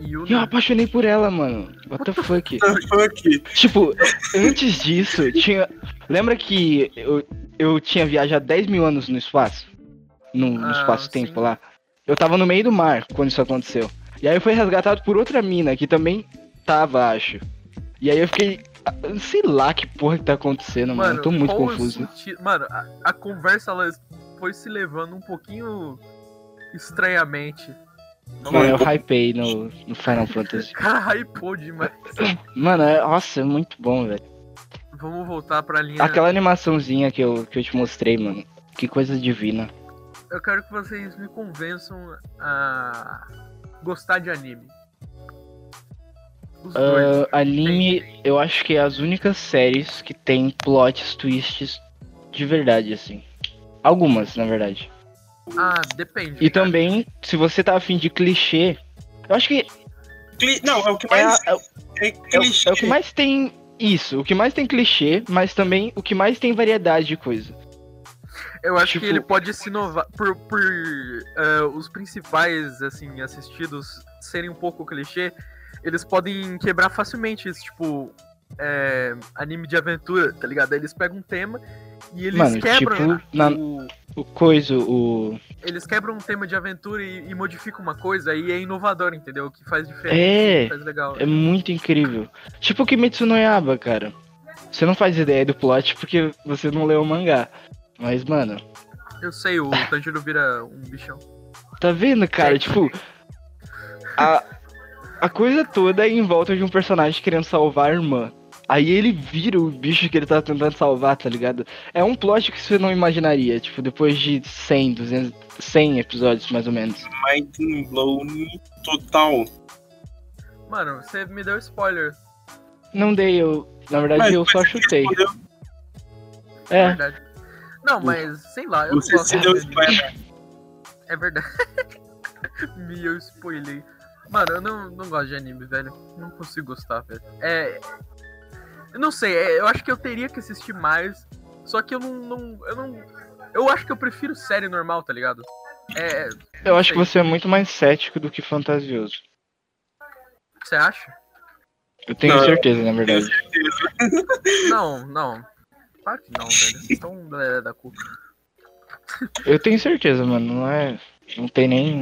[SPEAKER 1] E o
[SPEAKER 3] E eu apaixonei por ela, mano. What the fuck?
[SPEAKER 2] What the fuck?
[SPEAKER 3] Tipo, antes disso, tinha. Lembra que eu, eu tinha viajado 10 mil anos no espaço? No, no
[SPEAKER 1] Ah,
[SPEAKER 3] espaço-tempo
[SPEAKER 1] sim.
[SPEAKER 3] lá. Eu tava no meio do mar quando isso aconteceu. E aí eu fui resgatado por outra mina que também tava, acho. E aí eu fiquei. ah, Sei lá que porra que tá acontecendo, mano. eu tô muito
[SPEAKER 1] qual o
[SPEAKER 3] confuso.
[SPEAKER 1] senti- Mano, a, a conversa ela foi se levando um pouquinho estranhamente.
[SPEAKER 3] Mano, é eu
[SPEAKER 2] Mano,
[SPEAKER 3] hypei no, no Final Fantasy.
[SPEAKER 1] Cara, hypou demais.
[SPEAKER 3] Mano, é- nossa, é muito bom, velho.
[SPEAKER 1] Vamos voltar pra
[SPEAKER 2] É.
[SPEAKER 1] linha.
[SPEAKER 3] Aquela animaçãozinha que eu, que eu te mostrei, mano. Que coisa divina.
[SPEAKER 1] Eu quero que vocês me convençam a gostar de anime. Os dois.
[SPEAKER 3] Ah, anime, eu acho que é as únicas séries que tem plot twists de verdade, assim. Algumas, na verdade.
[SPEAKER 1] Ah, depende.
[SPEAKER 3] E também, se você tá afim de clichê, eu acho que
[SPEAKER 2] cli- Não, é o que
[SPEAKER 3] é,
[SPEAKER 2] mais.
[SPEAKER 3] a- é o-
[SPEAKER 2] É,
[SPEAKER 3] é o-
[SPEAKER 2] clichê.
[SPEAKER 3] é o que mais tem isso, o que mais tem clichê, mas também o que mais tem variedade de coisa.
[SPEAKER 1] Eu acho
[SPEAKER 3] Tipo-
[SPEAKER 1] que ele pode se inovar por, por eh, os principais assim assistidos serem um pouco clichê. Eles podem quebrar facilmente esse tipo eh, anime de aventura, tá ligado? Eles pegam um tema e eles
[SPEAKER 3] Mano,
[SPEAKER 1] quebram né?
[SPEAKER 3] tipo, na-
[SPEAKER 1] o-
[SPEAKER 3] O coisa, o.
[SPEAKER 1] eles quebram um tema de aventura e, e modificam uma coisa e é inovador, entendeu? O que faz diferente,
[SPEAKER 3] É.
[SPEAKER 1] o que faz legal.
[SPEAKER 3] É muito incrível. Tipo o Kimetsu no Yaba, cara. Você não faz ideia do plot porque você não leu o mangá. Mas, mano,
[SPEAKER 1] Eu sei, o Tanjiro vira um bichão.
[SPEAKER 3] Tá vendo, cara? Tipo, a, a coisa toda é em volta de um personagem querendo salvar a irmã. Aí ele vira o bicho que ele tá tentando salvar, tá ligado? É um plot que você não imaginaria, tipo, depois de 100, 200, 100 episódios, mais ou menos.
[SPEAKER 2] Mind blown um total.
[SPEAKER 1] Mano, você me deu spoiler,
[SPEAKER 3] Não dei, eu... Na verdade,
[SPEAKER 2] Mas-
[SPEAKER 3] eu só chutei.
[SPEAKER 1] na
[SPEAKER 3] É,
[SPEAKER 1] verdade. Não, mas sei lá, eu
[SPEAKER 2] Você
[SPEAKER 1] gosto
[SPEAKER 2] se deu
[SPEAKER 1] dele.
[SPEAKER 2] spoiler.
[SPEAKER 1] É verdade. Me eu spoilei. Mano, eu não, não gosto de anime, velho. Não consigo gostar, velho. É. Eu não sei, é, eu acho que eu teria que assistir mais. Só que eu não. não- eu não. Eu acho que eu prefiro série normal, tá ligado? É.
[SPEAKER 3] eu acho que você é muito mais cético do que fantasioso.
[SPEAKER 1] Você acha?
[SPEAKER 3] Eu tenho
[SPEAKER 2] Não,
[SPEAKER 3] certeza, na verdade.
[SPEAKER 1] Não, não. Claro que não, velho. Vocês estão galera da cu.
[SPEAKER 3] Eu tenho certeza, mano, não é... Não tem nem...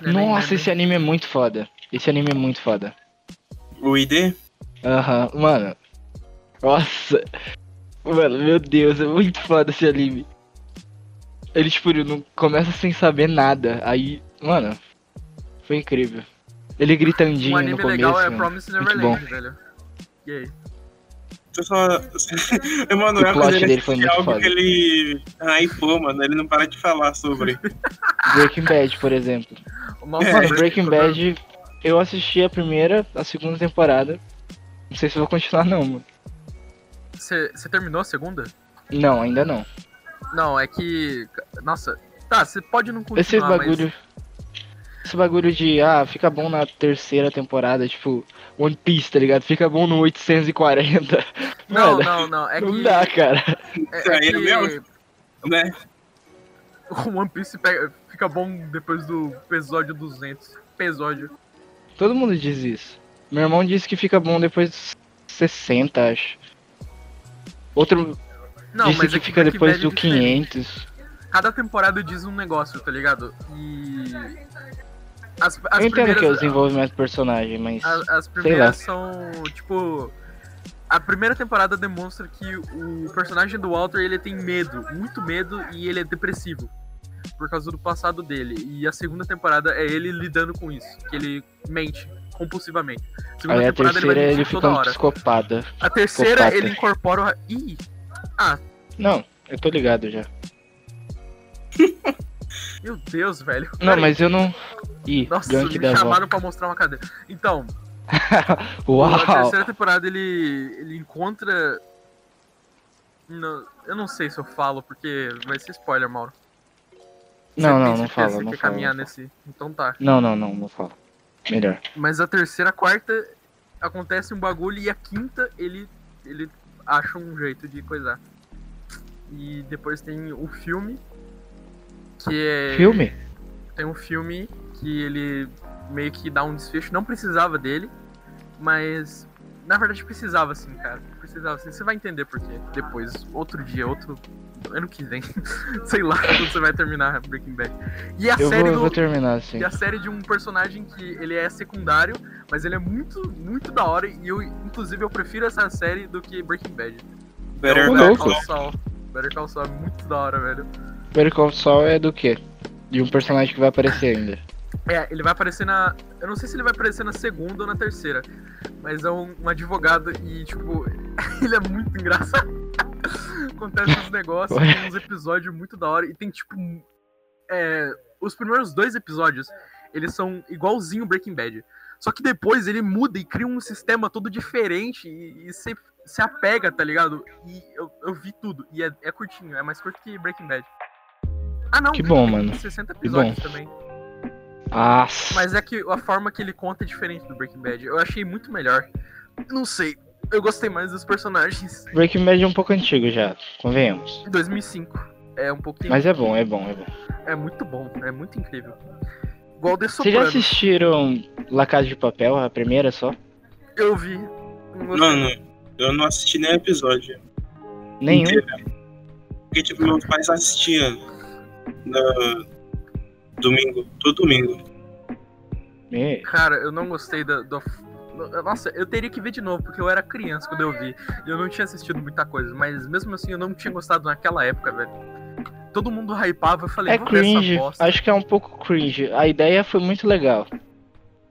[SPEAKER 1] Né, nem-
[SPEAKER 3] Nossa,
[SPEAKER 1] nem-
[SPEAKER 3] esse anime é muito foda. Esse anime é muito foda.
[SPEAKER 2] O ID?
[SPEAKER 3] Aham, mano. Nossa. Mano, meu Deus, é muito foda esse anime. Ele, tipo, ele não começa sem saber nada. Aí, mano, foi incrível. Ele
[SPEAKER 1] Um
[SPEAKER 3] gritandinho no
[SPEAKER 1] anime
[SPEAKER 3] começo.
[SPEAKER 1] legal é
[SPEAKER 3] mano.
[SPEAKER 1] Promise
[SPEAKER 3] Muito
[SPEAKER 1] Neverland, velho. E aí?
[SPEAKER 2] Eu só. mano, é
[SPEAKER 3] O
[SPEAKER 2] uma
[SPEAKER 3] plot
[SPEAKER 2] coisa
[SPEAKER 3] dele foi muito
[SPEAKER 2] algo
[SPEAKER 3] foda.
[SPEAKER 2] que ele. Ai, pô, mano, ele não para de falar sobre.
[SPEAKER 3] Breaking Bad, por exemplo.
[SPEAKER 1] Nossa,
[SPEAKER 3] Mano, É, Breaking Bad, eu assisti a primeira, a segunda temporada. Não sei se eu vou continuar, não, mano.
[SPEAKER 1] Você você terminou a segunda?
[SPEAKER 3] Não, ainda não.
[SPEAKER 1] Não, é que. Nossa. Tá, você pode não continuar,
[SPEAKER 3] Esse
[SPEAKER 1] mas.
[SPEAKER 3] bagulho. Esse bagulho de, ah, fica bom na terceira temporada, tipo, One Piece, tá ligado? Fica bom no 840.
[SPEAKER 1] Não,
[SPEAKER 3] Mano,
[SPEAKER 1] não, não. É
[SPEAKER 3] não
[SPEAKER 1] que.
[SPEAKER 3] dá, cara.
[SPEAKER 1] é- é
[SPEAKER 2] Aí é
[SPEAKER 1] que
[SPEAKER 2] mesmo? Né?
[SPEAKER 1] o One Piece pega- fica bom depois do episódio 200. Episódio.
[SPEAKER 3] Todo mundo diz isso. Meu irmão disse que fica bom depois dos 60, acho. Outro
[SPEAKER 1] Não,
[SPEAKER 3] disse
[SPEAKER 1] mas
[SPEAKER 3] que
[SPEAKER 1] é
[SPEAKER 3] fica
[SPEAKER 1] Breaking
[SPEAKER 3] depois
[SPEAKER 1] Bad
[SPEAKER 3] do
[SPEAKER 1] é diferente.
[SPEAKER 3] 500.
[SPEAKER 1] Cada temporada diz um negócio, tá ligado? E. As, as
[SPEAKER 3] eu entendo que é o
[SPEAKER 1] primeiras-
[SPEAKER 3] desenvolvimento do personagem, mas.
[SPEAKER 1] a- as primeiras são, tipo. A primeira temporada demonstra que o personagem do Walter ele tem medo, muito medo, e ele é depressivo por causa do passado dele. E a segunda temporada é ele lidando com isso, que ele mente compulsivamente. Segunda
[SPEAKER 3] Aí a
[SPEAKER 1] temporada
[SPEAKER 3] terceira
[SPEAKER 1] vai
[SPEAKER 3] ele,
[SPEAKER 1] mentir
[SPEAKER 3] fica um psicopata.
[SPEAKER 1] A terceira
[SPEAKER 3] psicopata.
[SPEAKER 1] ele incorpora. o ra- Ih,
[SPEAKER 3] Não, eu tô ligado já.
[SPEAKER 1] meu Deus, velho.
[SPEAKER 3] Não, mas eu não. Ih,
[SPEAKER 1] Nossa,
[SPEAKER 3] gank
[SPEAKER 1] me
[SPEAKER 3] da avó.
[SPEAKER 1] chamaram pra mostrar uma cadeira. Então, na
[SPEAKER 3] Uau!
[SPEAKER 1] terceira temporada ele, ele encontra. Não, eu não sei se eu falo, porque vai ser spoiler, Mauro. Você
[SPEAKER 3] Não, não,
[SPEAKER 1] tem
[SPEAKER 3] não
[SPEAKER 1] certeza
[SPEAKER 3] fala,
[SPEAKER 1] que você
[SPEAKER 3] não
[SPEAKER 1] quer
[SPEAKER 3] fala.
[SPEAKER 1] caminhar
[SPEAKER 3] não fala.
[SPEAKER 1] nesse. Então tá.
[SPEAKER 3] Não, não, não, não fala. Melhor.
[SPEAKER 1] Mas a terceira, a quarta, acontece um bagulho e a quinta ele, ele acha um jeito de coisar. E depois tem o filme. Que é.
[SPEAKER 3] Filme?
[SPEAKER 1] tem um filme que ele meio que dá um desfecho, não precisava dele, mas na verdade precisava sim, cara. Precisava sim. Você vai entender por quê depois, outro dia, outro ano que vem, sei lá, quando você vai terminar Breaking Bad. E a
[SPEAKER 3] Eu vou,
[SPEAKER 1] série
[SPEAKER 3] eu
[SPEAKER 1] do-
[SPEAKER 3] vou terminar assim.
[SPEAKER 1] e a série de um personagem que ele é secundário, mas ele é muito, muito da hora. E eu, inclusive, eu prefiro essa série do que Breaking Bad.
[SPEAKER 2] Better
[SPEAKER 3] Ô,
[SPEAKER 2] Call
[SPEAKER 3] louco.
[SPEAKER 2] Saul.
[SPEAKER 1] Call Saul. Better Call Saul é muito da hora, velho.
[SPEAKER 3] Better Call Saul é do quê? De um personagem que vai aparecer ainda.
[SPEAKER 1] É, ele vai aparecer na. Eu não sei se ele vai aparecer na segunda ou na terceira. Mas é um, um advogado e, tipo, ele é muito engraçado. Acontece uns negócios, tem uns episódios muito da hora. E tem, tipo. um- é, os primeiros dois episódios, eles são igualzinho Breaking Bad. Só que depois ele muda e cria um sistema todo diferente e e se, se apega, tá ligado? E eu, eu vi tudo. E é, é curtinho, é mais curto que Breaking Bad. Ah, não.
[SPEAKER 3] Que bom,
[SPEAKER 1] tem
[SPEAKER 3] mano.
[SPEAKER 1] 60 episódios também.
[SPEAKER 3] Ah,
[SPEAKER 1] Mas é que a forma que ele conta é diferente do Breaking Bad. Eu achei muito melhor. Não sei. Eu gostei mais dos personagens.
[SPEAKER 3] Breaking Bad é um pouco antigo já, convenhamos.
[SPEAKER 1] 2005. É um pouquinho.
[SPEAKER 3] Mas é bom, é bom, é bom.
[SPEAKER 1] É muito bom. É muito incrível. Igual The
[SPEAKER 3] Vocês já
[SPEAKER 1] Sopranos.
[SPEAKER 3] assistiram La Casa de Papel, a primeira só?
[SPEAKER 1] Eu vi. Não gostei.
[SPEAKER 2] Mano, eu não assisti nem episódio.
[SPEAKER 3] Nenhum?
[SPEAKER 2] Porque, tipo, meus pais assistiam na- domingo, todo domingo.
[SPEAKER 3] Me-
[SPEAKER 1] Cara, eu não gostei da, da- Nossa, eu teria que ver de novo, porque eu era criança quando eu vi. E eu não tinha assistido muita coisa. Mas mesmo assim, eu não tinha gostado naquela época, velho. Todo mundo hypava. Eu falei,
[SPEAKER 3] É
[SPEAKER 1] vou ver essa
[SPEAKER 3] cringe,
[SPEAKER 1] bosta.
[SPEAKER 3] acho que é um pouco cringe. A ideia foi muito legal,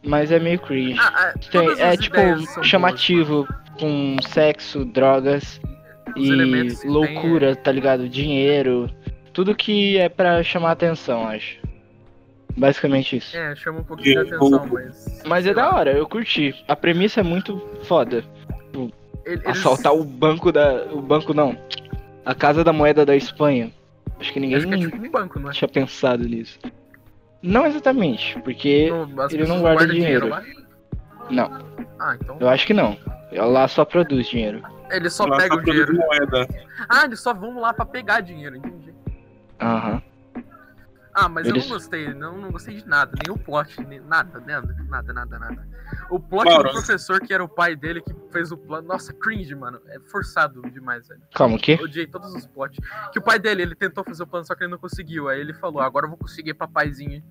[SPEAKER 3] mas é meio cringe.
[SPEAKER 1] Ah, ah,
[SPEAKER 3] Tem-
[SPEAKER 1] todas
[SPEAKER 3] é
[SPEAKER 1] as
[SPEAKER 3] tipo
[SPEAKER 1] ideias são boas,
[SPEAKER 3] chamativo com sexo, drogas
[SPEAKER 1] Os elementos que é-
[SPEAKER 3] e loucura, tá ligado? Dinheiro, tudo que é pra chamar atenção, acho. Basicamente isso.
[SPEAKER 1] É, chama um pouquinho de
[SPEAKER 2] De
[SPEAKER 1] atenção,
[SPEAKER 2] roubo.
[SPEAKER 1] mas.
[SPEAKER 3] Mas é
[SPEAKER 1] sei
[SPEAKER 3] da
[SPEAKER 1] lá.
[SPEAKER 3] hora, eu curti. A premissa é muito foda.
[SPEAKER 1] Ele- eles-
[SPEAKER 3] Assaltar o banco da. O banco não. A casa da moeda da Espanha. Acho que ninguém
[SPEAKER 1] Acho que é tipo um banco, não é?
[SPEAKER 3] tinha pensado nisso. Não exatamente, porque
[SPEAKER 1] Não, as
[SPEAKER 3] ele não
[SPEAKER 1] pessoas
[SPEAKER 3] guarda
[SPEAKER 1] guardam
[SPEAKER 3] Não.
[SPEAKER 1] lá? Ah, então.
[SPEAKER 3] eu acho que não. Lá só produz dinheiro.
[SPEAKER 1] Eles só
[SPEAKER 2] Lá tá
[SPEAKER 1] pegam o
[SPEAKER 2] produzindo
[SPEAKER 1] dinheiro.
[SPEAKER 2] moeda.
[SPEAKER 1] Ah, eles só vão lá pra pegar dinheiro, entendi.
[SPEAKER 3] Aham.
[SPEAKER 1] Ah, mas eu
[SPEAKER 3] Eles-
[SPEAKER 1] não gostei, não, não gostei de nada, nem o plot, nem, nada, nada, nada, nada, nada. O plot do
[SPEAKER 2] Mauro.
[SPEAKER 1] professor, que era o pai dele, que fez o plano. Nossa, cringe, mano. É forçado demais, velho.
[SPEAKER 3] Calma, o quê?
[SPEAKER 1] Eu odiei todos os plots. Que o pai dele, ele tentou fazer o plano, só que ele não conseguiu. Aí ele falou, agora eu vou conseguir papaizinho.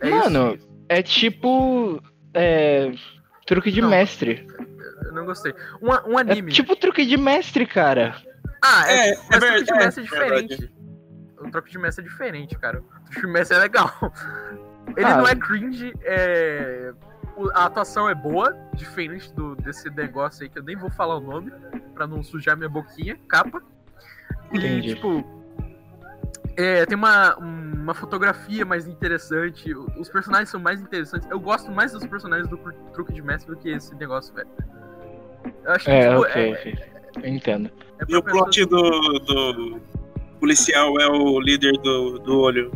[SPEAKER 1] É
[SPEAKER 3] Mano,
[SPEAKER 1] isso.
[SPEAKER 3] É tipo. É. Truque de
[SPEAKER 1] Não.
[SPEAKER 3] mestre.
[SPEAKER 1] Eu não gostei. Um, um
[SPEAKER 3] É
[SPEAKER 1] anime.
[SPEAKER 3] tipo truque de mestre, cara.
[SPEAKER 1] Ah, é,
[SPEAKER 2] É,
[SPEAKER 1] mas
[SPEAKER 2] é
[SPEAKER 1] o troco de
[SPEAKER 2] verdade.
[SPEAKER 1] mestre é
[SPEAKER 2] é verdade.
[SPEAKER 1] diferente. O troco de mestre é diferente, cara. O troco de mestre é legal. Ele
[SPEAKER 3] Ah.
[SPEAKER 1] não é cringe, é... o- a atuação é boa, diferente do, desse negócio aí que eu nem vou falar o nome, pra não sujar minha boquinha, capa. E,
[SPEAKER 3] Entendi.
[SPEAKER 1] tipo... é, tem uma, uma fotografia mais interessante, o- os personagens são mais interessantes. Eu gosto mais dos personagens do Cru- truque de mestre do que esse negócio, velho. Eu acho que,
[SPEAKER 3] É,
[SPEAKER 1] tipo,
[SPEAKER 3] ok, ok. Eu entendo.
[SPEAKER 1] é
[SPEAKER 2] E o
[SPEAKER 1] pra
[SPEAKER 2] plot
[SPEAKER 1] pessoas-
[SPEAKER 2] do, do policial é o líder do, do olho.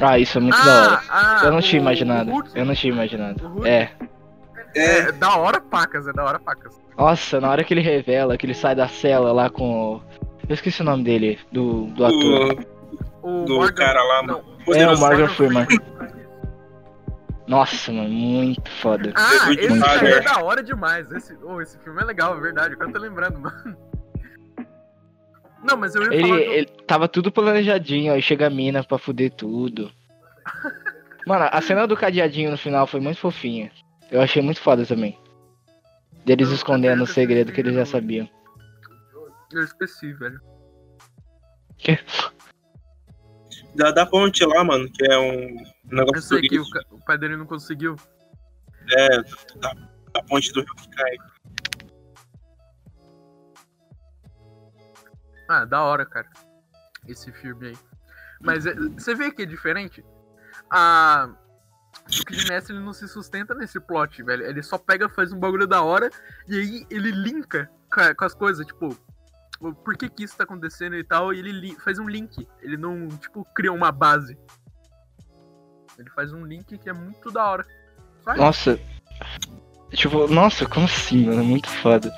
[SPEAKER 3] Ah, isso é muito
[SPEAKER 1] Ah,
[SPEAKER 3] da hora.
[SPEAKER 1] ah,
[SPEAKER 3] Eu não tinha
[SPEAKER 1] o- o
[SPEAKER 3] imaginado.
[SPEAKER 1] Hulk-
[SPEAKER 3] Eu não tinha imaginado.
[SPEAKER 1] o Hulk-
[SPEAKER 3] É.
[SPEAKER 1] É, é da hora pacas, é da hora pacas.
[SPEAKER 3] Nossa, na hora que ele revela, que ele sai da cela lá com. o- Eu esqueci o nome dele, do, do ator.
[SPEAKER 2] do,
[SPEAKER 1] O
[SPEAKER 2] do cara lá, mano.
[SPEAKER 1] não,
[SPEAKER 3] É, o
[SPEAKER 2] Poderoso.
[SPEAKER 3] Morgan Freeman. Nossa, mano, muito foda.
[SPEAKER 1] Ah,
[SPEAKER 2] Muito
[SPEAKER 1] esse
[SPEAKER 2] foda.
[SPEAKER 1] cara é da hora demais. Esse, oh, esse filme é legal, é verdade. Agora eu tô lembrando, mano. Não, mas eu ia
[SPEAKER 3] Ele,
[SPEAKER 1] falar. do-
[SPEAKER 3] ele- tava tudo planejadinho, aí chega a mina pra fuder tudo. Mano, a cena do cadeadinho no final foi muito fofinha. Eu achei muito foda também. Deles
[SPEAKER 1] Eu
[SPEAKER 3] escondendo o
[SPEAKER 1] também
[SPEAKER 3] segredo que eles já
[SPEAKER 1] prefiro-
[SPEAKER 3] sabiam.
[SPEAKER 1] Eu esqueci, velho.
[SPEAKER 2] Da, da ponte lá, mano, que é um negócio
[SPEAKER 1] Eu sei que o,
[SPEAKER 2] turístico,
[SPEAKER 1] ca- o pai dele não conseguiu.
[SPEAKER 2] é, da, da ponte do rio que cai.
[SPEAKER 1] Ah, da hora, cara. Esse filme aí. Mas é- você vê que é diferente? A. O Kid Mestre ele não se sustenta nesse plot, velho. Ele só pega, faz um bagulho da hora e aí ele linka ca- com as coisas, tipo, o- por que que isso tá acontecendo e tal, e ele li- faz um link. Ele não, tipo, cria uma base. Ele faz um link que é muito da hora.
[SPEAKER 3] Nossa. Tipo, nossa, como assim, mano? Muito foda.